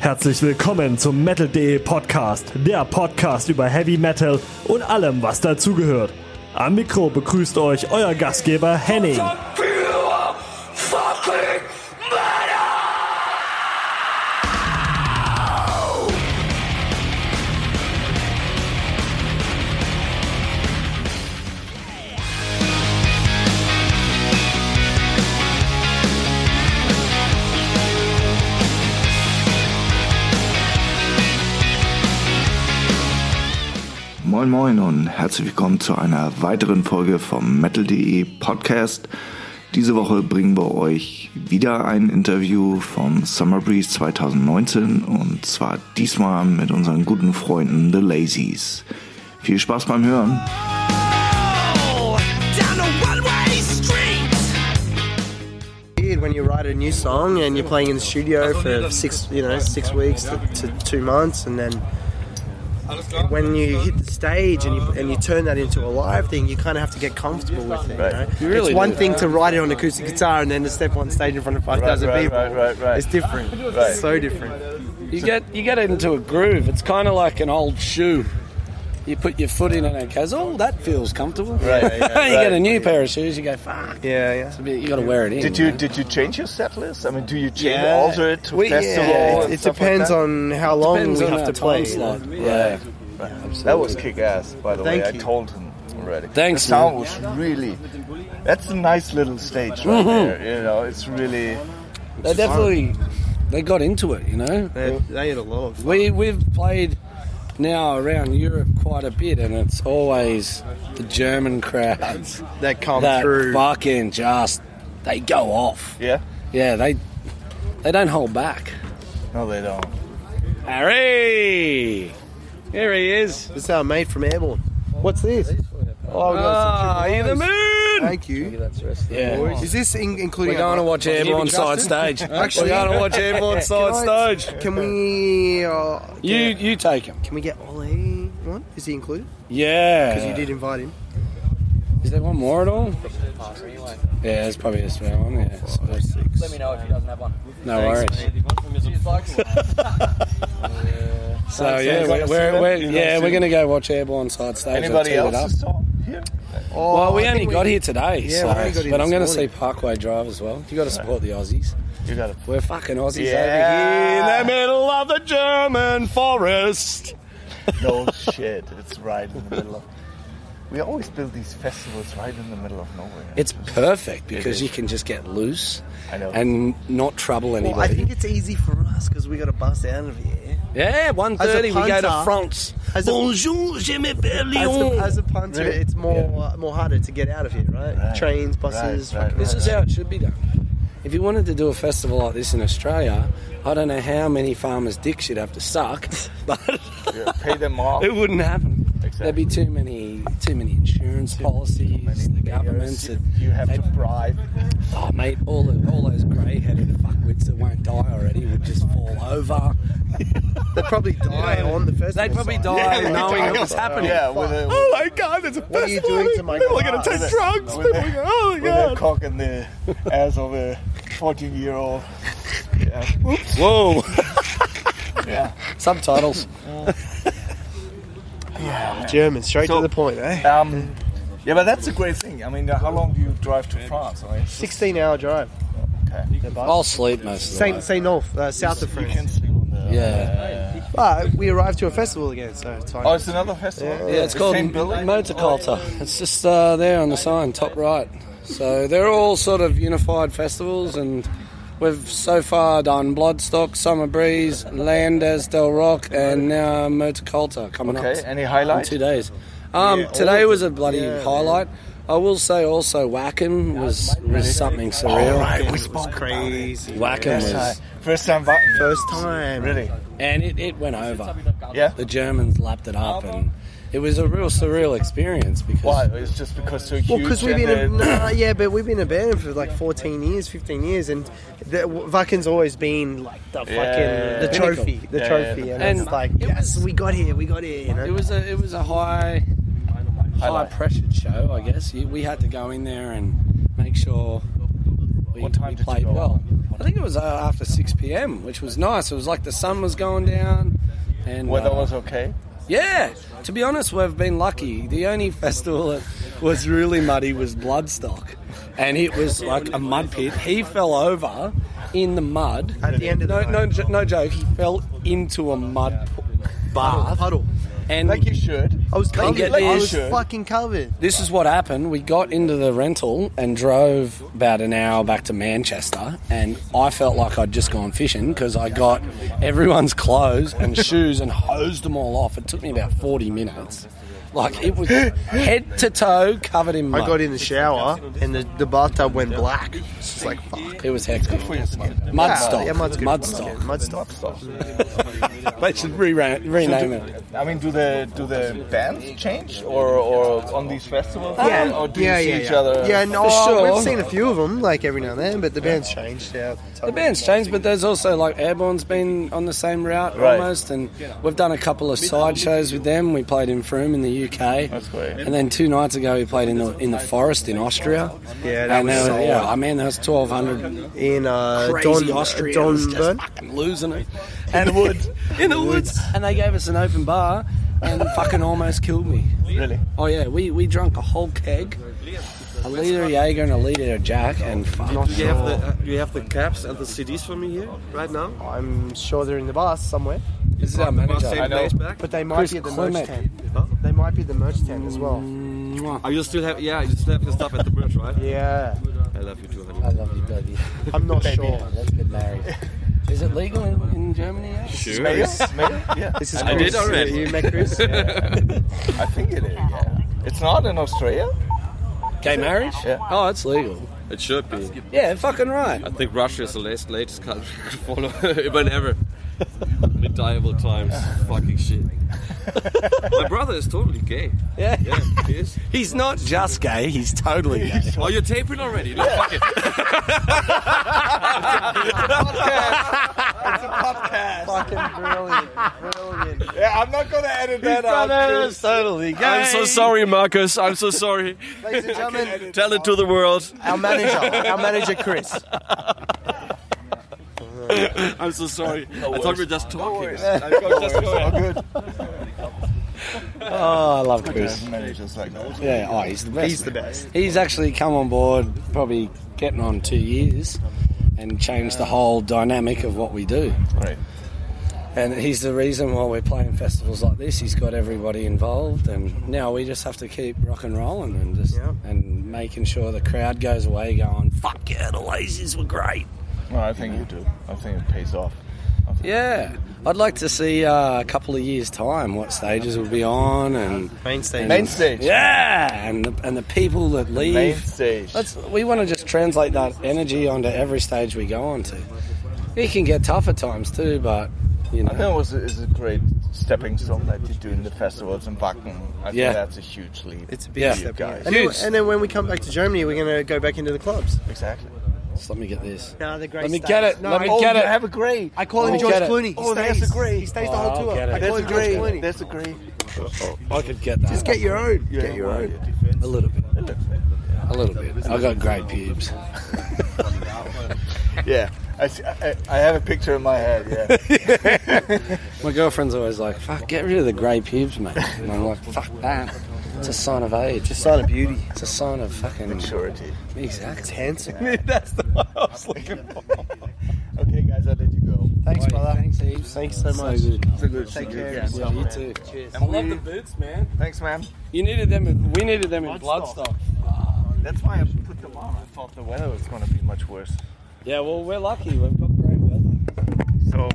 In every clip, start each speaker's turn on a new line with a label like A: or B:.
A: Herzlich willkommen zum Metal.de Podcast, der Podcast über Heavy Metal und allem, was dazugehört. Am Mikro begrüßt euch euer Gastgeber Henning.
B: Moin Moin und herzlich willkommen zu einer weiteren Folge vom Metal.de Podcast. Diese Woche bringen wir euch wieder ein Interview vom Summer Breeze 2019 und zwar diesmal mit unseren guten Freunden The Lazies. Viel Spaß beim Hören.
C: Down a one-way street.
D: weird when you write a new song and you're playing in the studio for six, you know, six weeks to, to two months, and then when you hit the stage and you, and you turn that into a live thing, you kind of have to get comfortable with it. You, know? it's one thing to write it on acoustic guitar and then to step on stage in front of five thousand
E: right,
D: people.
E: right, right, right.
D: It's different. It's so different.
E: You get you get into a groove. It's kind of like an old shoe. You put your foot in and it goes, oh, that feels comfortable. Right. you get a new pair of shoes. You go, fuck.
D: Yeah, yeah.
E: You got to wear it in.
F: Did you did you change your set list? I mean, do you change
D: Yeah.
F: alter it to
D: We- yeah,
F: festival?
D: it-
F: and
D: it
F: stuff
D: depends
F: like
D: on how long
E: Depends
D: we
E: on
D: have
E: our
D: to
E: time
D: play.
E: slot.
F: that?
E: Yeah.
F: Yeah. That was kick ass, by the
D: Thank
F: way.
D: you.
F: I told him already.
E: Thanks,
F: The sound
E: man.
F: was really. That's a nice little stage
E: Mm-hmm.
F: right there. You know, it's really.
E: They definitely they got into it. You know,
D: They, they had a lot of.
E: we we've played now around Europe quite a bit, and it's always the German crowds
D: That come
E: that
D: through.
E: fucking just they go off.
F: Yeah.
E: Yeah, they they don't hold back.
F: No, they don't.
E: Harry, here he is.
D: This is our mate from Airborne. What's this? Oh, we got some
E: Ah, you're the
D: triple O's.
E: moon.
D: Thank you.
E: Yeah.
D: Is this in, including?
E: We're going to watch Airborne side stage. Actually, we're going to watch Airborne side stage.
D: Can we? Uh,
E: You you take him.
D: Can we get Ollie one? Is he included?
E: Yeah.
D: Because you did invite him.
E: Is there one more at all? Yeah, that's probably a spare one. Yeah. So,
G: Let me know if he doesn't have one.
E: no worries. So yeah, we're, we're, we're yeah we're gonna go watch Airborne side stage. I'll
F: Anybody
E: tee it up.
F: else's song here?
D: Oh,
E: Well, we
D: I
E: only
D: think
E: got here today,
D: Yeah,
E: so,
D: we only got here
E: but I'm
D: this
E: going to see
D: morning.
E: Parkway Drive as well. You got to support the Aussies.
F: You got it.
E: We're fucking Aussies
F: Yeah.
E: over here in the middle of the German forest.
F: No shit. It's right in the middle of. We always build these festivals right in the middle of nowhere.
E: It's perfect because
F: is.
E: you can just get loose
F: I know.
E: and not trouble
D: Well, I
E: anybody.
D: think it's easy for us because we got to bust out of here.
E: yeah, 1.30 we go to
D: punter-
E: France.
D: as a-
E: Bonjour, je m'appelle
D: As a,
E: Lyon.
D: as a punter,
F: Really?
D: it's more uh, more harder to get out of here, right?
F: Right,
D: Trains,
F: right,
D: buses.
F: right,
D: fucking-
E: This is how it should be done. If you wanted to do a festival like this in Australia, I don't know how many farmers' dicks you'd have to suck, but
F: Yeah, pay them off.
E: it wouldn't happen.
F: Exactly.
E: There'd be too many, too many insurance policies, the governments.
F: You,
E: that-
F: you have
E: they-
F: to bribe.
E: Oh, mate, all, the, all those grey-headed fuckwits that won't die already would just fall over.
D: They'd probably die on the festival.
E: They'd probably
D: site.
E: die knowing it was happening.
F: Yeah, with a,
E: Oh my god, there's a
D: What are you doing to my People are gonna
F: take drugs. People are gonna-
E: oh my
F: with a cock in the ass of a 14 year old.
E: Whoa.
F: Yeah.
E: Subtitles.
D: German, straight to
F: So-
D: the point, eh?
F: Um, yeah, but that's a great thing. I mean, uh, how long do you drive to France? I mean, it's just-
D: 16 hour drive.
E: I'll sleep most of the
D: Saint
E: night.
D: Saint North, uh, south of
F: you
D: France.
F: can sleep on the.
E: Yeah.
D: But we arrived to a festival again, so it's fine.
F: Oh, it's another festival.
E: Yeah, it's
F: The
E: called
F: same building.
E: Motorculture. It's just uh, there on the sign, top right. So they're all sort of unified festivals, and we've so far done Bloodstock, Summer Breeze, Landers, Del Rock, and now Motorculture coming
F: Okay.
E: up.
F: Any
E: in
F: highlights?
E: two days. Um, today was a bloody highlight. I will say also Wacken was, was something surreal.
F: Right, we spoke about it.
D: Crazy.
E: Wacken was
F: First time. First time. Back.
D: First time.
F: Really.
E: and it, it went over.
F: Yeah.
E: The Germans lapped it up, and it was a real surreal experience because
F: Why? It's just because they're huge.
D: Well, because we've
F: and
D: been
F: they're-
D: nah, yeah, but we've been abandoned for like 14 years, 15 years, and the, Vakin's always been like the fucking
F: Yeah.
D: the
E: Pinnacle.
D: trophy, the
F: Yeah,
D: trophy,
F: yeah.
D: and,
E: And
D: it's like
E: it
D: yes,
E: was-
D: we got here, we got here, you know.
E: it was a it was a high high
F: Highlight.
E: pressured show. I guess You- we had to go in there and make sure we,
F: What
E: we
F: time did you
E: played
F: go
E: well. I think it was uh, after 6 p.m., which was nice. It was like the sun was going down, and
F: Weather
E: uh,
F: was okay.
E: Yeah, to be honest, we've been lucky. The only festival that was really muddy was Bloodstock, and it was like a mud pit. He fell over in the mud.
D: At the end of the
E: No,
D: night.
E: no, jo- no joke. He fell into a mud p- bath.
D: Puddle.
E: And
F: Like you should.
D: I was
E: Can't
D: covered.
E: get
D: I
E: these.
D: was
F: Sure.
D: fucking covered.
E: this is what happened. We got into the rental and drove about an hour back to Manchester, and I felt like I'd just gone fishing because I got everyone's clothes and shoes and hosed them all off. It took me about forty minutes. Like it was head to toe covered in mud.
D: I got in the shower and the, the bathtub went black. It's just like fuck.
E: It was hectic.
D: Yeah,
E: Mud stock.
D: Yeah, mud's good.
E: mud
D: good.
E: stock.
D: Mud stock.
E: They should rera- rename it.
F: I mean, do the do the bands change or, or on these festivals?
D: Yeah,
F: Or do
D: yeah,
F: you see
D: yeah,
F: each
D: yeah.
F: other?
D: Yeah, no,
E: For sure.
D: we've seen a few of them like every now and then, but the band's changed. Yeah,
E: The band's changed, but there's also like Airborne's been on the same route
F: Right.
E: almost, and we've done a couple of side shows with them. We played in Froome in the UK,
F: That's great.
E: and then two nights ago we played in the in the forest in Austria.
D: Yeah, that
E: and
D: was
E: there were-
D: solid.
E: yeah, I mean there was 1,200
D: in uh,
E: crazy
D: Don,
E: Austrians
D: Don
E: just
D: Burn.
E: fucking losing it in the woods, in the woods, and they gave us an open bar and fucking almost killed me.
F: Really?
E: Oh yeah, we we drunk a whole keg, a liter of Jaeger and a liter of Jack, and fuck.
H: Do you have the uh, you have the caps and the CDs for me here right now?
D: I'm sure they're in the bus somewhere,
E: This is our manager.
F: I know.
H: days back.
D: but they might
E: Chris
D: be at the
E: Klimek.
D: merch tent. They might be at the merch tent as well.
H: Oh, you still have yeah, you still have your stuff at the bridge, right?
D: Yeah,
H: I love you too, honey.
E: I love you, baby.
D: I'm not sure.
E: Let's get married. Is it legal in, in Germany? Yet?
H: Sure.
F: Mayor? Mayor? Yeah.
D: This is
H: I
D: Chris.
H: did already.
D: You met Chris?
F: I think it is. Yeah. It's not in Australia.
E: Gay marriage?
F: Yeah.
E: Oh, it's legal.
H: It should be.
E: Yeah, fucking right.
H: I think Russia is the latest, latest country to follow even ever. Medieval times, fucking shit. My brother is totally gay.
E: Yeah.
H: Yeah, he is.
E: He's not just gay, he's totally gay.
H: Oh, you're taping already? No, fuck it.
D: fucking brilliant, brilliant.
F: Yeah, I'm not gonna edit that
E: totally gay.
H: I'm so sorry, Marcus. I'm so sorry.
D: Ladies and gentlemen,
H: Tell it to the world.
D: our manager, our manager Chris.
H: I'm so sorry. I thought we were just talking.
E: Oh, I love Chris.
F: Managers like that.
E: Yeah, oh, he's the best.
D: He's the
E: man.
D: best.
E: He's actually come on board probably getting on two years and changed the whole dynamic of what we do.
F: Right.
E: And he's the reason why we're playing festivals like this. He's got everybody involved, and now we just have to keep rock and rolling and just
D: Yeah.
E: and making sure the crowd goes away going, "Fuck yeah, the Lazies were great."
F: No, I think you do. I think it pays off. I think-
E: Yeah, I'd like to see uh, a couple of years time what stages will be on and
D: Main stage.
F: Main stage.
E: yeah, and the, and the people that leave.
F: Main stage.
E: Let's, we want to just translate that energy onto every stage we go on to. It can get tough at times too, but you
F: I think
E: know,
F: it was a, is a great stepping stone that you do in the festivals in Wacken.
E: Yeah.
F: I think that's a huge leap.
D: It's a big
E: Yeah.
D: step.
F: Guys.
D: And then,
E: Huge.
D: and then when we come back to Germany, we're gonna go back into the clubs.
F: exactly.
E: just let me get this.
D: No, the great.
E: Let me get it. Let me
F: oh,
E: get
F: you
E: it.
F: Have a great.
D: I call
E: Let
D: him
E: me
D: George
E: get it.
D: Clooney. He
F: Oh,
D: stays.
F: there's a great.
D: He stays the whole
E: I'll
D: tour.
E: get it.
D: I call
F: That's a
D: him George
F: great.
D: Clooney.
F: That's a great.
E: I could get that.
D: Just get your own. Get your own.
E: A little bit. A little bit. I got great pubes.
F: Yeah. I, see, I, I have a picture in my head. Yeah.
E: My girlfriend's always like, "Fuck, get rid of the grey pubes, mate." And I'm like, "Fuck that. It's a sign of age. It's
D: Sign of beauty.
E: a sign of fucking
F: Maturity.
D: It's
E: exactly."
D: handsome.
F: That's the one I was looking for. okay, guys, I'll let you go.
D: Thanks, brother.
E: Thanks, Eves.
D: Thanks so much.
E: good.
D: Take care.
F: Yeah,
E: Yeah, you too.
D: Cheers.
E: I love the boots, man.
F: Thanks, man.
E: You needed them. In, we needed them in Bloodstock.
F: That's why I put them on. I thought the weather was going to be much worse.
E: Yeah, well, we're lucky. We've got great weather.
F: So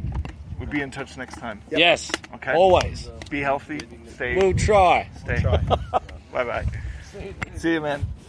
F: we'll be in touch next time.
E: Yes.
F: Okay.
E: Always.
F: Be healthy. Stay.
E: We'll try.
F: Stay. bye bye. See you, man.